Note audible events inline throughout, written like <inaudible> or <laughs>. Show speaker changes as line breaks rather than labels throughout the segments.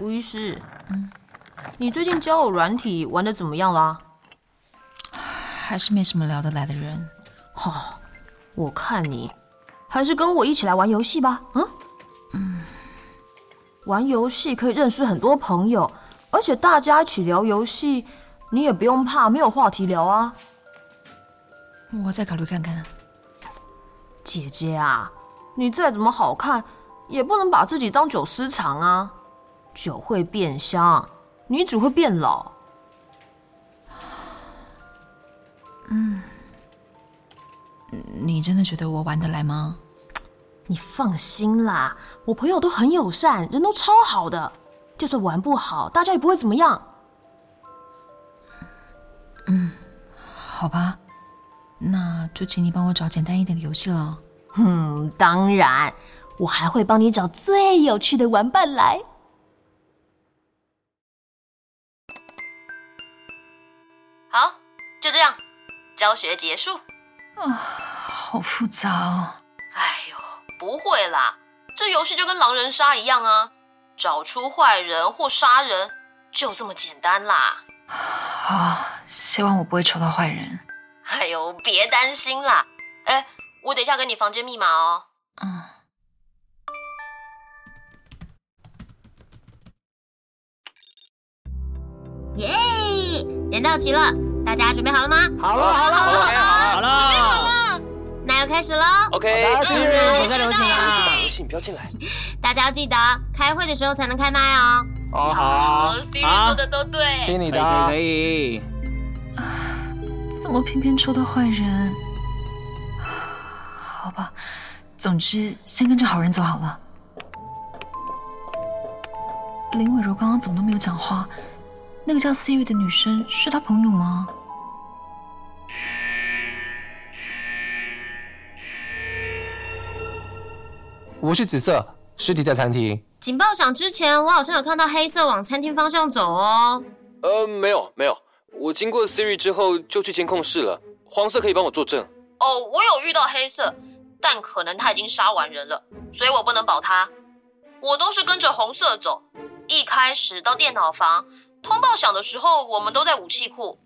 吴医师，你最近交友软体玩的怎么样啦？
还是没什么聊得来的人。
哦，我看你还是跟我一起来玩游戏吧。嗯嗯，玩游戏可以认识很多朋友，而且大家一起聊游戏，你也不用怕没有话题聊啊。
我再考虑看看。
姐姐啊，你再怎么好看，也不能把自己当酒私藏啊。酒会变香，你只会变老。
你真的觉得我玩得来吗？
你放心啦，我朋友都很友善，人都超好的，就算玩不好，大家也不会怎么样。
好吧，那就请你帮我找简单一点的游戏了。
嗯，当然，我还会帮你找最有趣的玩伴来。好，就这样，教学结束。
好复杂哦。
哎呦，不会啦，这游戏就跟狼人杀一样啊，找出坏人或杀人，就这么简单啦。
好，希望我不会抽到坏人。
<laughs> 哎呦，别担心啦，哎，我等一下给你房间密码哦。
嗯，
耶！人到齐了，大家准备好了吗？
好了好了好了好了
那要开始喽！
，OK，大家注
嗯
意，
手在流
进
行啊
打游戏，你不要进来。
大家要记得开会的时候才能开麦哦。
哦，好，
，Siri 说的都对。
听你
可
的
以
啊。
可以可以，
怎么偏偏抽到坏人？好吧，总之先跟着好人走好了。林伟柔刚刚怎么都没有讲话？那个叫 Siri 的女生是她朋友吗？
我是紫色，尸体在餐厅。
警报响之前，我好像有看到黑色往餐厅方向走哦。
呃，没有没有，我经过 Siri 之后就去监控室了。黄色可以帮我作证。
哦，我有遇到黑色，但可能他已经杀完人了，所以我不能保他。我都是跟着红色走，一开始到电脑房，通报响的时候，我们都在武器库。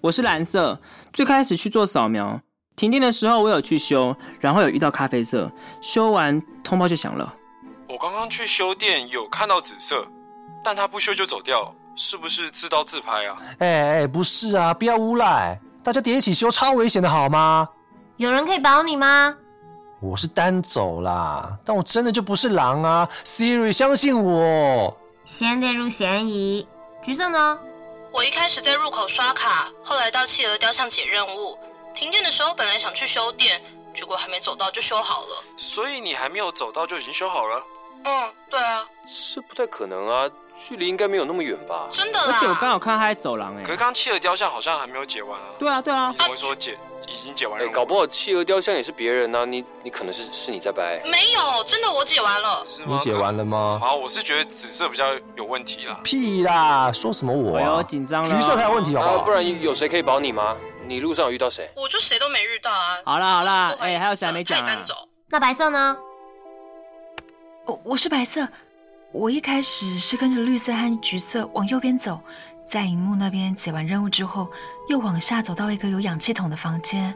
我是蓝色，最开始去做扫描，停电的时候我有去修，然后有遇到咖啡色，修完通报就响了。
我刚刚去修电有看到紫色，但他不修就走掉，是不是自导自拍啊？
哎哎，不是啊，不要诬赖，大家叠一起修超危险的好吗？
有人可以保你吗？
我是单走啦，但我真的就不是狼啊，Siri 相信我。
先列入嫌疑。橘色呢？
我一开始在入口刷卡，后来到企鹅雕像解任务。停电的时候本来想去修电，结果还没走到就修好了。
所以你还没有走到就已经修好了？
嗯，对啊，
这不太可能啊，距离应该没有那么远吧？
真的
而
啦。
且我刚好看他在走廊哎、
可是刚刚企鹅雕像好像还没有解完啊。
对啊对啊
你，怎么会说解已经解完
哎
了？，
搞不好企鹅雕像也是别人啊，你你可能是是你在掰。
没有，真的我解完了。
是吗
你解完了吗？
好，我是觉得紫色比较有问题啦。
屁啦，说什么我、
哎呦
啊？
紧张了
橘色才有问题好不
啊，
好？
不然有有谁可以保你吗？你路上有遇到谁？
我就谁都没遇到啊。
好啦好啦
我是不怀疑
哎还有
紫色
谁还没讲啊
太单走。
那白色呢？
我我是白色，我一开始是跟着绿色和橘色往右边走，在荧幕那边解完任务之后，又往下走到一个有氧气筒的房间。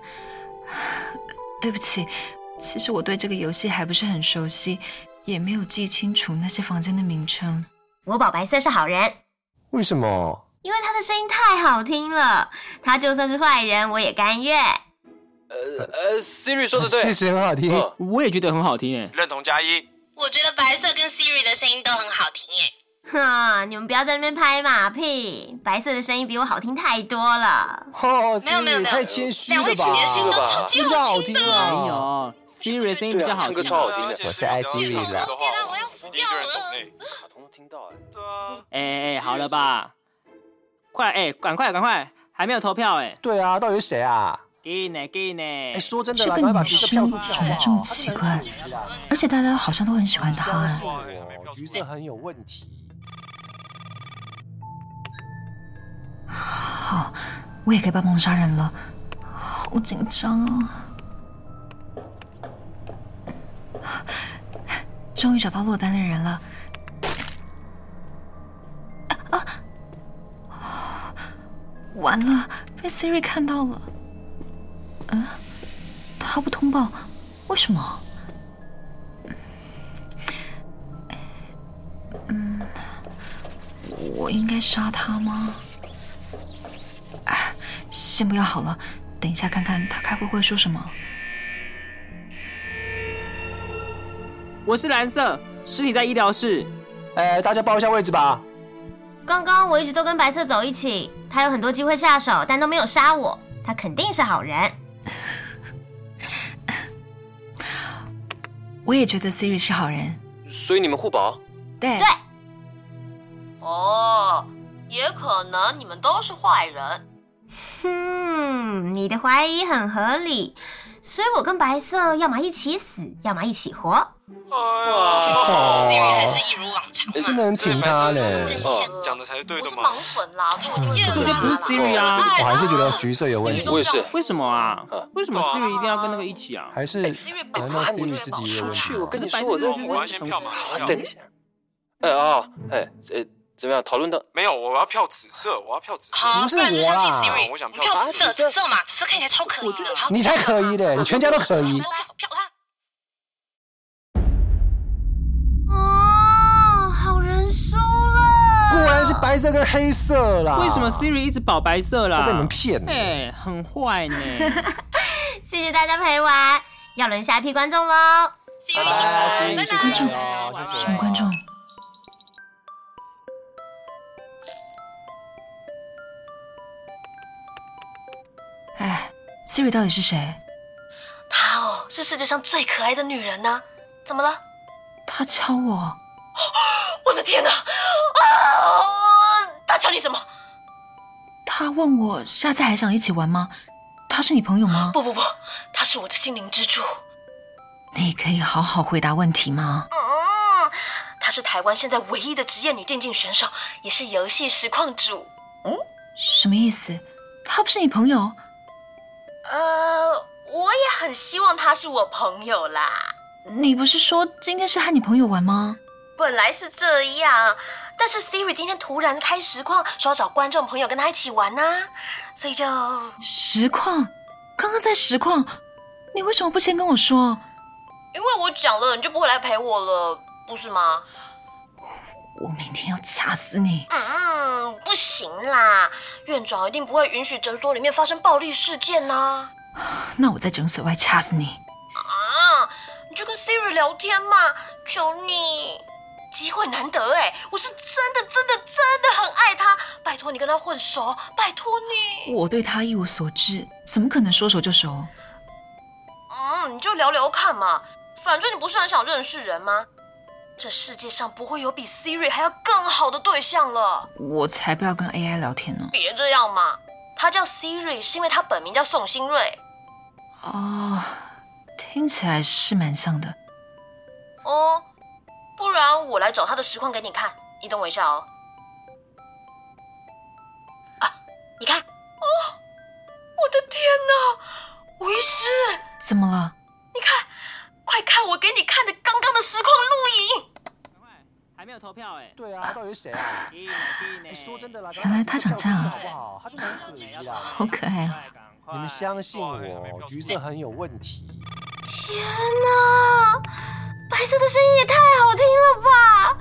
<laughs> 对不起，其实我对这个游戏还不是很熟悉，也没有记清楚那些房间的名称。
我保白色是好人，
为什么？
因为他的声音太好听了。他就算是坏人，我也甘愿。
呃，Siri 说的对。
谢谢，很好听。
嗯
我也觉得很好听哎、
认同加一，
我觉得白色跟 Siri 的声音都很好听耶。
哼，你们不要在那边拍马屁，白色的声音比我好听太多了。
哦，
没有没有
Siri，
没有
太谦虚了
两
吧？
位姐姐声音都超级
真的
好
好
听
听
的。
啊！
没有哎 Siri 的声音比
对
较
啊，
好
唱歌
听
超
啊。
好听的。
我是爱 Siri 啦
的话，
我要死
一定一堆人
掉了
懂内。
卡通都听到哎。
对啊，
哎哎、好了吧，快哎、赶快赶快，还没有投票哎、
对啊，到底是谁啊？
给呢给呢，
哎，说真的
这
啦，
个
赶快把
女
橘色
生
票出去好啊不
这么
好？
奇怪而且大家好像都很喜欢他、哎
我橘色很有问题。
好，我也可以帮忙杀人了，好紧张啊！终于找到落单的人了，啊完了，被 Siri 看到了。嗯，他不通报，为什么？嗯，我应该杀他吗？啊，先不要好了，等一下看看他开会会说什么。
我是蓝色，尸体在医疗室。
哎，大家报一下位置吧。
刚刚我一直都跟白色走一起，他有很多机会下手，但都没有杀我，他肯定是好人。
我也觉得 Siri 是好人，
所以你们互保？
对
对，
哦，也可能你们都是坏人。
嗯，你的怀疑很合理，所以我跟白色要么一起死，要么一起活。
哎呀，
Siri 还是一如往常
哎，真
嘛。
的很
所以
挺
白色
他
是
嘞
这。
真
么
相
讲的才是对
我
的
是
嘛
盲。粉啦，所以我就会
可是我觉得不是 Siri 啊
我还是觉得橘色有问题，
我也是
为什么啊
啊？
为什么 Siri 一定要跟那个一起啊？
还是
哎，Siri 把
难道
他
Siri 自己也有问题
出去我
吗？
跟你
这白
说，
色
我这
就是
我要先票嘛，
好
我要
等一下。哎啊，哎，呃，怎么样？讨论到
没有，我要票紫色，我要票紫色。啊
好，
不是
不然就相信
我啦
Siri。
我想
你票
票
紫色，紫色嘛，紫色看起来超可疑的。好
你才可疑嘞，你全家都可疑。
票他。
哦，好人输了。
果然是白色跟黑色啦。
为什么 Siri 一直保白色啦？
都被你们骗了
哎，很坏呢。
谢谢大家陪玩，要轮下一批观众喽。
Siri
啊
辛
哦
啊
苦了，
哎
拜拜。
观众
啊
哎什
什么观众？哎，Siri 到底是谁？
她哦，是世界上最可爱的女人呢、怎么了？
他敲我，
我的天哪！啊，她抢你什么？
他问我下次还想一起玩吗？他是你朋友吗？
不不不，她是我的心灵支柱。
你可以好好回答问题吗？
嗯，她是台湾现在唯一的职业女电竞选手，也是游戏实况主。
什么意思？他不是你朋友？
呃，我也很希望她是我朋友啦。
你不是说今天是和你朋友玩吗？
本来是这样，但是 Siri 今天突然开实况，说要找观众朋友跟她一起玩呐、所以就
实况，刚刚在实况，你为什么不先跟我说？
因为我讲了，你就不会来陪我了，不是吗？
我明天要掐死你！
嗯，不行啦，院长一定不会允许诊所里面发生暴力事件呐、
那我在诊所外掐死你！
啊！你就跟 Siri 聊天嘛，求你，机会难得哎，我是真的真的真的很爱他，拜托你跟他混熟，拜托你。
我对他一无所知，怎么可能说熟就熟？
嗯，你就聊聊看嘛，反正你不是很想认识人吗？这世界上不会有比 Siri 还要更好的对象了。
我才不要跟 AI 聊天呢！
别这样嘛，他叫 Siri 是因为他本名叫宋新瑞。
哦，听起来是蛮像的。
哦，不然我来找他的实况给你看，你等我一下哦。啊，
啊
你看，哦，我的天哪，吴医师，
怎么了？
快看我给你看的刚刚的实况录影。
还没有投票哎。
对啊，他到底是谁啊？哎，说真的啦，
原来他长这样
好不好？他就是很可疑啊。
好可爱啊！
你们相信我，橘色很有问题。
天哪，白色的声音也太好听了吧！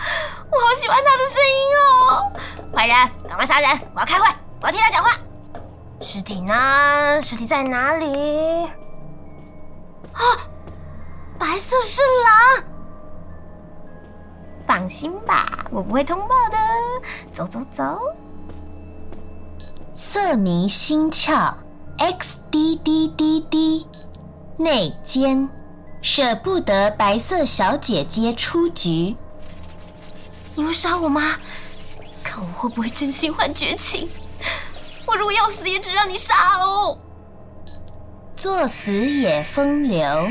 我好喜欢他的声音哦。坏人，赶快杀人！我要开会，我要听他讲话。尸体呢？尸体在哪里？啊，白色是狼。放心吧，我不会通报的。走走走。色迷心窍，X D D D D。内奸，舍不得白色小姐姐出局。你会杀我吗？看我会不会真心换绝情？我如果要死，也只让你杀哦。作死也风流。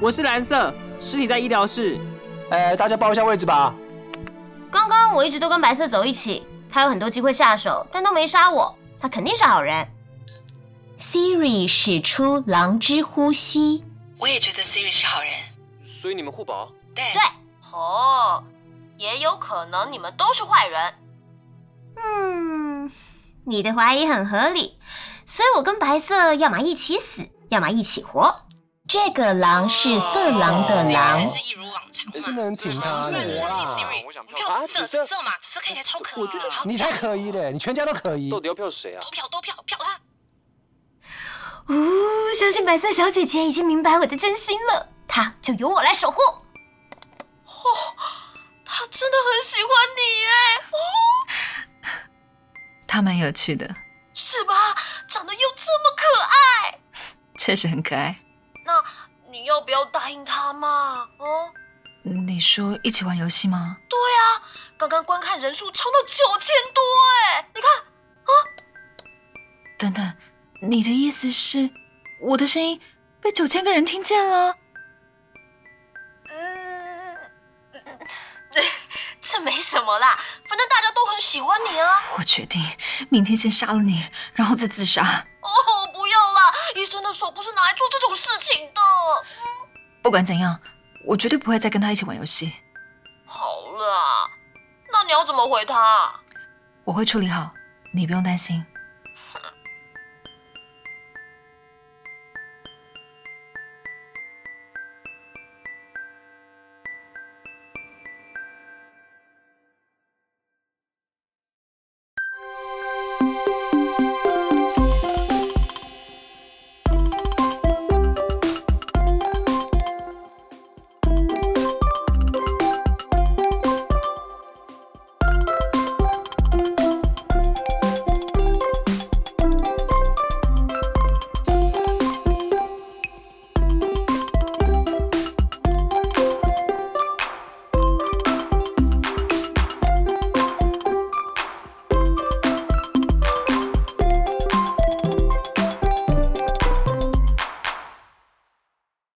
我是蓝色，尸体在医疗室。
哎，大家报一下位置吧。
刚刚我一直都跟白色走一起，他有很多机会下手，但都没杀我。他肯定是好人。Siri 使出狼之呼吸。
我也觉得 Siri 是好人。
所以你们互保？
对
对，
哦，也有可能你们都是坏人。
嗯，你的怀疑很合理，所以我跟白色要么一起死，要么一起活。这个狼是色狼的
，Siri
狼
还，是一如往常嘛。
哎真的很挺他的
虽然不相信
哇
Siri，
我想
你票
啊
紫
紫色
色紫色嘛，紫色看起来超可爱。啊
我觉得
好
你才可疑嘞，你全家都可疑
到。底要票谁啊
多？票多票票他。
哦，相信白色小姐姐已经明白我的真心了，她就由我来守护。
他哦真的很喜欢你耶，
它蛮有趣的，
是吧？长得又这么可爱，
确实很可爱。
那你要不要答应他嘛？哦，
你说一起玩游戏吗？
刚刚观看人数冲到九千多哎，你看
等等，你的意思是我的声音被九千个人听见了？
嗯这没什么啦，反正大家都很喜欢你啊。
我决定明天先杀了你，然后再自杀。
哦，不要啦，医生的手不是拿来做这种事情的。
不管怎样，我绝对不会再跟他一起玩游戏。
好啦，那你要怎么回他？啊
我会处理好，你不用担心。